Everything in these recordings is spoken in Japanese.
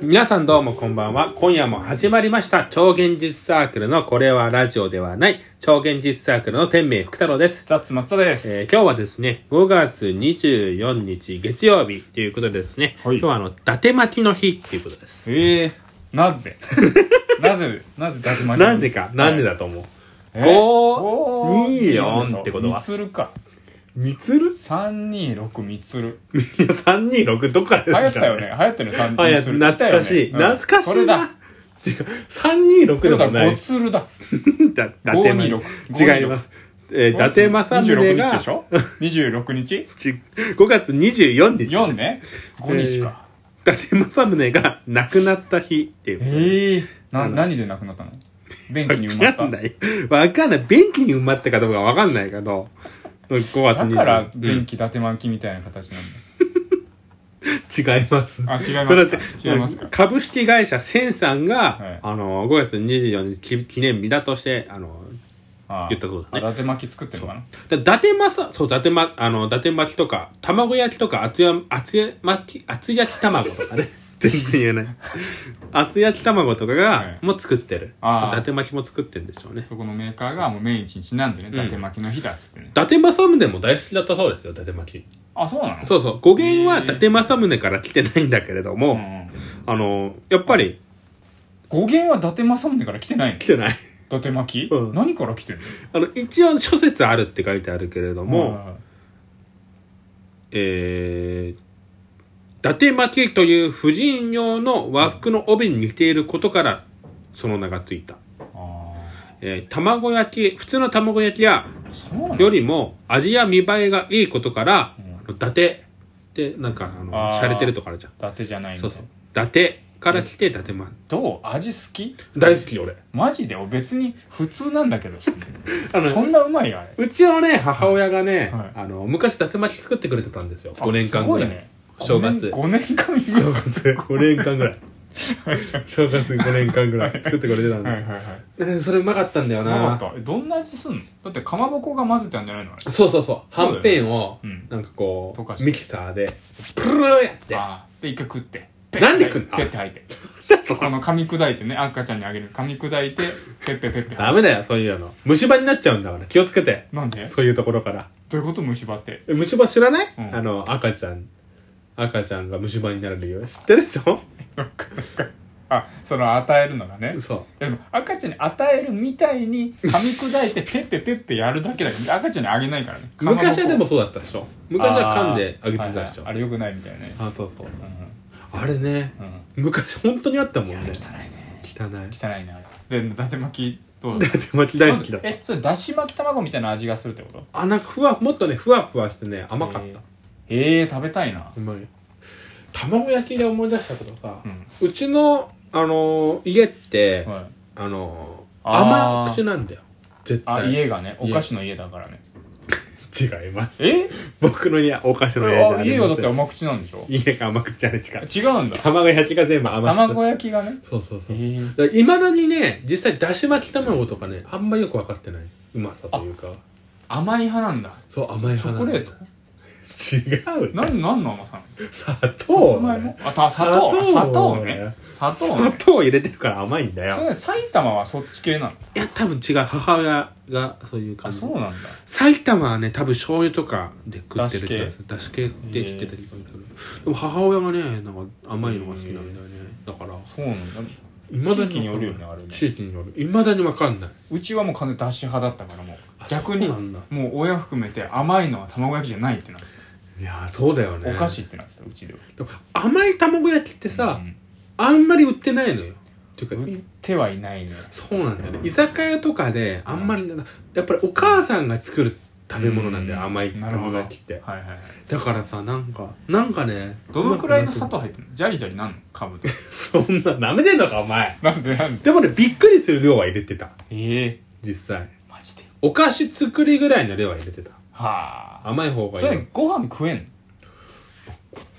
皆さんどうもこんばんは。今夜も始まりました。超現実サークルのこれはラジオではない、超現実サークルの天命福太郎です。ザッツ松田です。えー今日はですね、5月24日月曜日ということでですね、はい今日はあの、伊達巻きの日っていうことです。ええな んでなぜ、なぜだてまなんでか、なんでだと思う。五二四ってことはみつるか。みつる326みつる。 ?326 どっから流行ったよね。 ね。流行ったよね、3あ、いや、みつる懐かしい。流行ったよねうん懐かしいな。それだ。違う。326ってでこともなはい。 5つるだ。だ、 伊達巻526。違います。えー、伊達政宗26日がでしょ ?26 日ち5月24日、 ?4 ね。5日し か。伊達政宗が亡くなった日っていう。ええな、うん何でなくなったの便器に埋まわっかたん。ない。わかんない。便器に埋まったかどうかわかんないけど、5月24だ日。から、便器、器だて巻きみたいな形なんだ。違います。あ、違いまそれすだっか。て違いますか。株式会社センさんが、はいあの5月24日記記念日だとしてあのああ言ったそうだねあ伊達巻き作ってるのかなだ伊達政そう伊達,、ま、あの伊達巻きとか卵焼きとか厚や厚や巻き厚焼き卵とかね 全然言えない厚焼き卵とかが、はいも作ってるあ伊あ達巻きも作ってるんでしょうねそこのメーカーがもう命日にちなんでね、うん伊達巻きの日だっつってね伊。達政宗も大好きだったそうですよ伊達巻きあ、そうなのそうそう語源はへ伊え達政宗から来てないんだけれども、うんうんあのやっぱり語源は伊達政宗から来てないの来てない伊達巻き、うん何から来てるあの一応諸説あるって書いてあるけれどのも、うんえー、伊達巻きという婦人用の和服の帯に似ていることからその名がついた、あえー卵焼き普通の卵焼きやーそうなのよりも味や見栄えがいいことからうん伊達ってなんかあのあー洒落てるとかあるじゃん伊達じゃないんそだうそう伊達から来て伊達まどう味好き大好き俺マジで俺別に普通なんだけ どあのそんなうまい あれうちのね母親がね、はいあの昔伊達巻き作ってくれてたんですよ5年間すごぐいらいね正月5年間ぐ正ら月5年間ぐらい正月5年間ぐらい作ってくれてたんでいはすいはいはいえーそれうまかったんだようまなかったえどんな味すんのだってかまぼこが混ぜたんじゃないのあれそうそうそうそうだはよねんぺんをうんなんかこ溶かしうてミキサーでプルーやってあーで一回食ってなんで食んのペッて入ってあの噛み砕いてね赤ちゃんにあげる噛み砕いてペッペッペッペッダメだよそういうの虫歯になっちゃうんだから気をつけてなんでそういうところからどういうこと虫歯ってえ虫歯知らない、うんあの赤ちゃん赤ちゃんが虫歯になる理由知ってるでしょあその与えるのがねそでも赤ちゃんに与えるみたいに噛み砕いてペッペッペッペやるだけだから赤ちゃんにあげないからねう 昔はでもかそうだったでしょまぼこ昔は噛んであげてたはいではいしょあれよくないみたいねあそうそううんあれねうん昔本当にあったもんいやあれね汚いね汚い汚いなで伊達巻きどう だって巻き 大好きだったえそれだし巻き卵みたいな味がするってことあなんかふわもっとねふわふわしてね甘かったええー食べたいなうまい卵焼きで思い出したけどさう、んうちの、あのー家って、はいあのーあー甘口なんだよ絶あ対家がねお家菓子の家だからね違いますえ僕の家お菓子の家じゃああ家りはまだせって甘口なんでしょん家が甘口じゃない違う違うんだ卵焼きが全部甘口卵焼きがねそうそうそうええいまだにね実際だし巻き卵とかねあんまよく分かってないうまさというか甘い派なんだそう甘いチ派ョなコんレだート違うじゃなんんなんの甘さなの砂さ糖つまいもあた砂糖あ砂糖ね砂糖砂ね糖入れてるから甘いんだよそれ埼玉はそっち系なのいや、多分違う。母親がそういうあ感じ。そうなんだ埼玉はね、多分醤油とかで食ってる気がする。だし系で切ってたりする。でも母親がね、なんか甘いのが好きなんだよね。だから、そうなんだ未だ地域によるよねあれね地域による。いまだにわかんない。うちはもう完全にだし派だったからもうあ逆そにうなんだ。もう親含めて甘いのは卵焼きじゃないってなっていやー、そうだよたね。お菓子ってなってたうちではでも甘い卵焼きってさ、うんあんまり売ってないのよ。っていうか、売ってはいないねそうなんだよね。居酒屋とかで、あんまり、やっぱりお母さんが作る食べ物なんだよ、うん甘い卵焼きって。はいはいはいだからさ、なんか、なんかね、どのくらいの砂糖入ってるのジャリジャリなんのかぶってそんな、舐めてんのか、お前。 なんでなんででもね、びっくりする量は入れてた。ええ実際。マジでお菓子作りぐらいの量は入れてた。はあ甘い方がそいれご飯食えん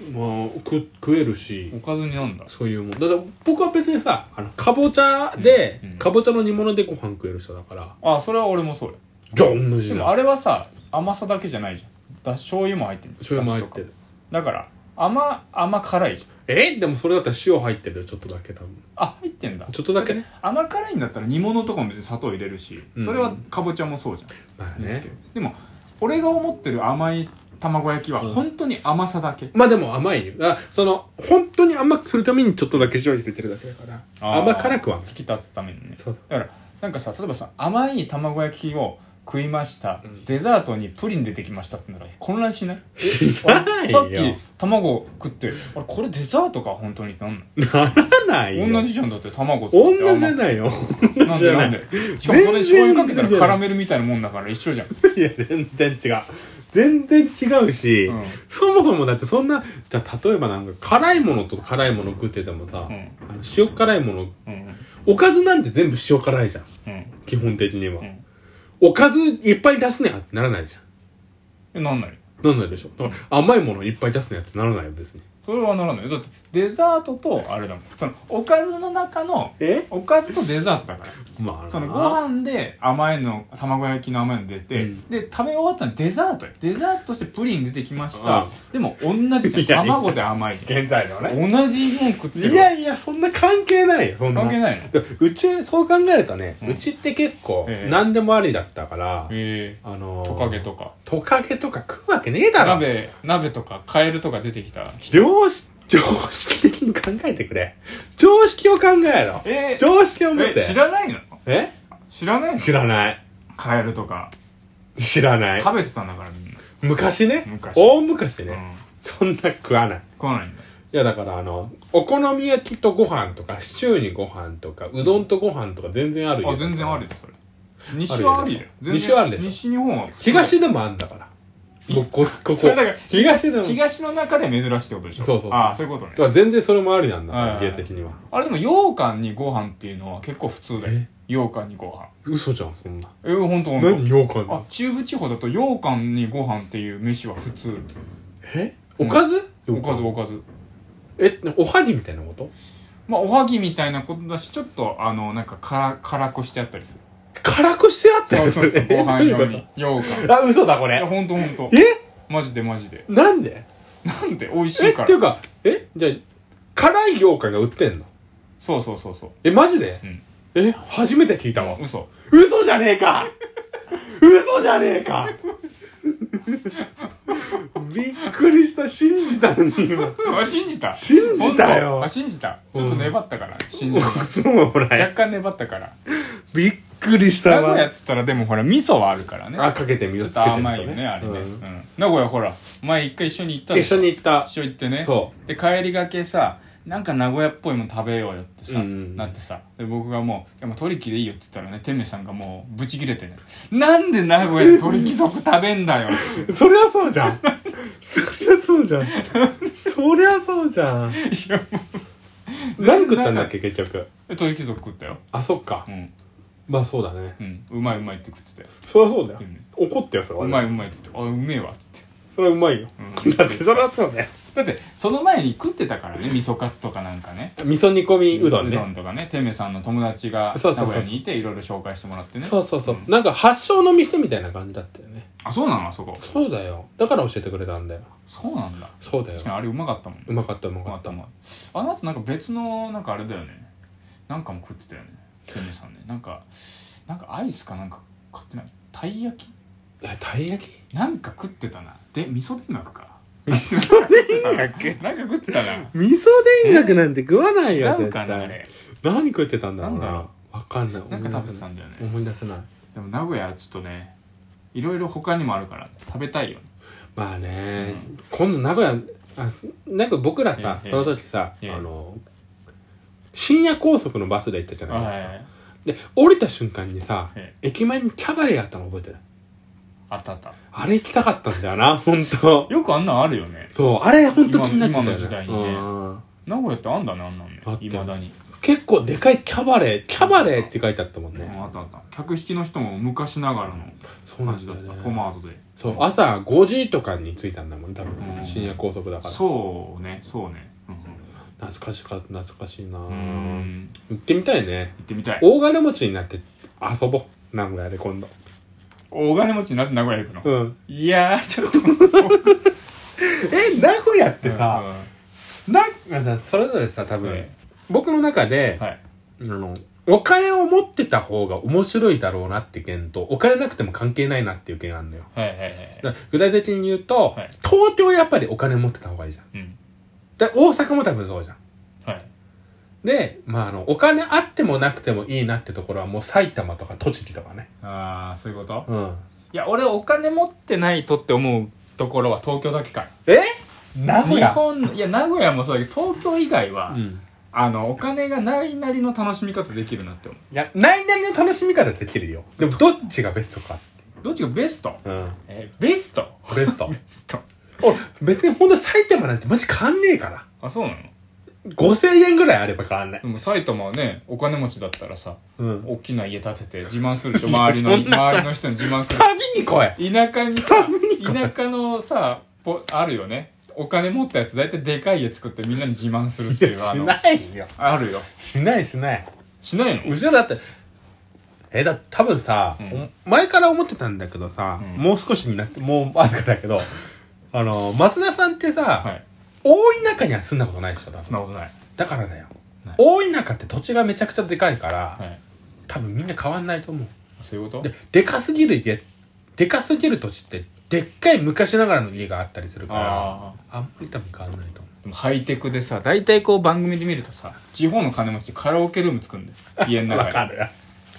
い。まあ、く食えるしの、おかずになんだそういうもん。だから僕は別にさ、あの、かぼちゃで、うんうんかぼちゃの煮物でご飯食える人だから。あそれは俺もそうよじゃあ同じでだ。もあれはさ甘さだけじゃないじゃんだ醤油も入ってる醤油も入ってだしとる。かだから甘甘辛いじゃんえでもそれだったら塩入ってるよちょっとだけ多分あ入ってんだちょっとだけって甘辛いんだったら煮物とかも別に砂糖入れるし、うんそれはかぼちゃもそうじゃんまあですけねどでも俺が思ってる甘い卵焼きはうん本当に甘さだけ、まあでも甘いよだからその本当に甘くするためにちょっとだけ塩入れてるだけだからあー甘辛くはない引き立つために ねそうだからなんかさ例えばさ甘い卵焼きを食いました、うんデザートにプリン出てきましたってなら混乱しないしないさよっき卵食ってあれこれデザートか本当にってなんならないよの同じじゃんだって卵って同じじゃ甘くないよなんでなんでしかもそれ醤油かけたらカラメルみたいなもんだから一緒じゃん、 いや全然違う全然違うし、うんそもそもだってそんなじゃあ例えばなんか辛いものと辛いもの食っててもさ、うんあの塩辛いものうんおかずなんて全部塩辛いじゃんうん基本的には、うんおかずいっぱい出すねやってならないじゃんえなんないなんないでしょだから甘いものいっぱい出すねやってならないよ別にそれはならないよだってデザートとあれだもんそのおかずの中のえおかずとデザートだからまあそのごな飯で甘いの卵焼きの甘いの出て、うんで食べ終わったのデザートよデザートとしてプリン出てきました、うんでも同じいじゃやんいや卵で甘いじゃ現在のねん同じもん食っているやいやそんな関係ないよそんな関係ないのでうちそう考えるとね、ううんちって結構ええ何でもありだったから、えあのー、ートカゲとかトカゲとか食うわけねえだろ鍋鍋とかカエルとか出てきた常識常識的に考えてくれ常識を考えろえー、常識を持っえて知らないのえ知らないの知らないカエルとか知らない食べてたんだからみんな、昔ね昔大昔ね、うん、そんな食わない食わないんだいやだからあのお好み焼きとご飯とかシチューにご飯とかうどんとご飯とか全然あるよあ全然あるよそれ西はありだよあるでしょ全然西はあるでしょ西日本は東でもあんだから僕こここそれだから東でもだか東の中で珍しいってことでしょそうそうそうああそういうことねら全然それもありなんだからはい芸的にはあれでも羊羹にご飯っていうのは結構普通だよえ羊羹にご飯嘘じゃんそんなえほんとほん何とようかんあ中部地方だと羊羹にご飯っていう飯は普通えおかずおかずおかずえおはぎみたいなことまあおはぎみたいなことだしちょっとあのなんかから辛くしてあった りする辛くしてあったそうよそうそうれご飯用にえ羊どういうこ 羹とあ嘘だこいやれほんとほんとえマジでマジでなんでなんで美味しえいっかていうらかえじゃあ辛い羊羹が売ってんのそうそうそうそうえマジでうんえ初めて聞いたわ嘘嘘じゃねえ か嘘じゃねえかびっくりした信じたのに 今あ信じた信じたよほんとあ信じたちょっと粘ったから信じたかそうほらら若干粘ったからびっくりした名古屋っわつったらでもほら味噌はあるからねあかけてみちょよっつけとてる甘いよねあれうね、うんん名古屋ほら前一回一緒に行ったん一緒に行った一緒行ってねそうで帰りがけさなんか名古屋っぽいもん食べようよってさ、うんうんなってさで僕がもう「いやもう取り木でいいよ」って言ったらね天明さんがもうブチ切れてね「なんで名古屋で鳥貴族食べんだよ」そりゃそうじゃんそりゃそうじゃんそりゃそうじゃんいやも何食ったんだっけ結局う鳥貴族食ったよあそっかうん、まあそうだねうん、うまいうまいって食ってたよ、そりゃそうだようん怒ってよそれはうまいうまいって言って「あうめえわ」っつって、それはうまいようんだってそりゃそうだよだってその前に食ってたからね味噌カツとかなんかね味噌煮込みうどんねとかねてめさんの友達がそ名うそうそう古屋にいていろいろ紹介してもらってねそうそうそうなんか発祥の店みたいな感じだったよねあそうなのあそこそうだよだから教えてくれたんだよそうなんだそうだよ確かにあれうまかったもんうまかったうまうまかかっったたもんあの後なんか別のなんかあれだよねなんかも食ってたよねてめさんねなんかなんかアイスかなんか買ってないたい焼きえたい焼きなんか食ってたなで味噌田楽か田楽 なんか食ってたな味噌田楽なんて食わないよ違う絶か対なあれ何食ってたんだろうなんだなろわかんないなんか食べてたんだよね思い出せないでも名古屋ちょっとねいろいろ他にもあるから食べたいよまあね、う今度名古屋あなんか僕らさええその時さ、ええあの深夜高速のバスで行ったじゃないはですか、いで降りた瞬間にさ、え駅前にキャバレーあったの覚えてるあったあったあれ行きたかったんだよな 本当よくあんなんあるよねそうあれ本当気になってたよ今の時代にうねん名古屋ってあんだねあんなんねあったいまだに、結構でかいキャバレーキャバレーって書いてあったもんね、うんあったあった客引きの人も昔ながらのそうな感じんだだっよた、ねトマートでそう朝5時とかに着いたんだもん多分、うん深夜高速だからそうねそうねう懐かしか懐かしいな、んうんうん行ってみたいね行ってみたい大金持ちになって遊ぼう名古屋で今度大金持ちになって名古屋行くの、うんいやーちょっとえ名古屋ってうさ、んなんかさそれぞれさ多分、え僕の中で、はいあのお金を持ってた方が面白いだろうなって件とお金なくても関係ないなっていう件があるんだよはいはいはいはいだから具体的に言うと、はい東京はやっぱりお金持ってた方がいいじゃんうんで大阪も多分そうじゃんはいで、まあ、あのお金あってもなくてもいいなってところはもう埼玉とか栃木とかねああそういうことうんいや俺お金持ってないとって思うところは東京だけかえ名い日本いや名古屋もそうだけど東京以外は、うんあのお金がないなりの楽しみ方できるなって思いや何々の楽しみ方できるよでもどっちがベストかうどっちがベストうんえベストベスト ベスト俺別にほんと埼玉なんてマジ変わんねえからあそうなの5000円ぐらいあれば変わんないでも埼玉はねお金持ちだったらさうん大きな家建てて自慢す るでしょ周りのいやそんなさ周りの人に自慢する旅に来い田舎にさに来い田舎のさぽあるよねお金持ったやつ大体でかい家作ってみんなに自慢するっていうあしのないよあるよしないしないしないの後ろだってえだ多分さ、うんお前から思ってたんだけどさ、うんもう少しになってもうわずかだけどあの増田さんってさ、はい大田舎には住んだことないでしょ多分そんなことないだからだよない大田舎って土地がめちゃくちゃでかいから、はい多分みんな変わんないと思そういうこうとででかすぎる家でかすぎる土地ってでっかい昔ながらの家があったりするからあああんまり多分変わんないと思でもハイテクでさ大体こう番組で見るとさ地方の金持ちカラオケルーム作るんだよ家のうわ中かにる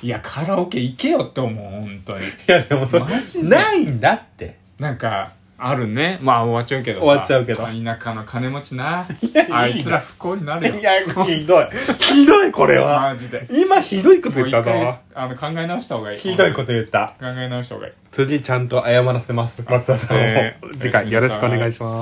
いやカラオケ行けよって思う本当にいやでもそれマジでないんだってなんかあるねまあ終わっちゃうけどさ終わっちゃうけど田舎の金持ちなやいいよあいつら不幸になるよやひどいひどいこれマジで今ひどいこともう言っ一たぞ回あの考え直した方がいいひどいこと言った考え直した方がいい次ちゃんと謝らせます松田さんを、えー次回よろしくお願いします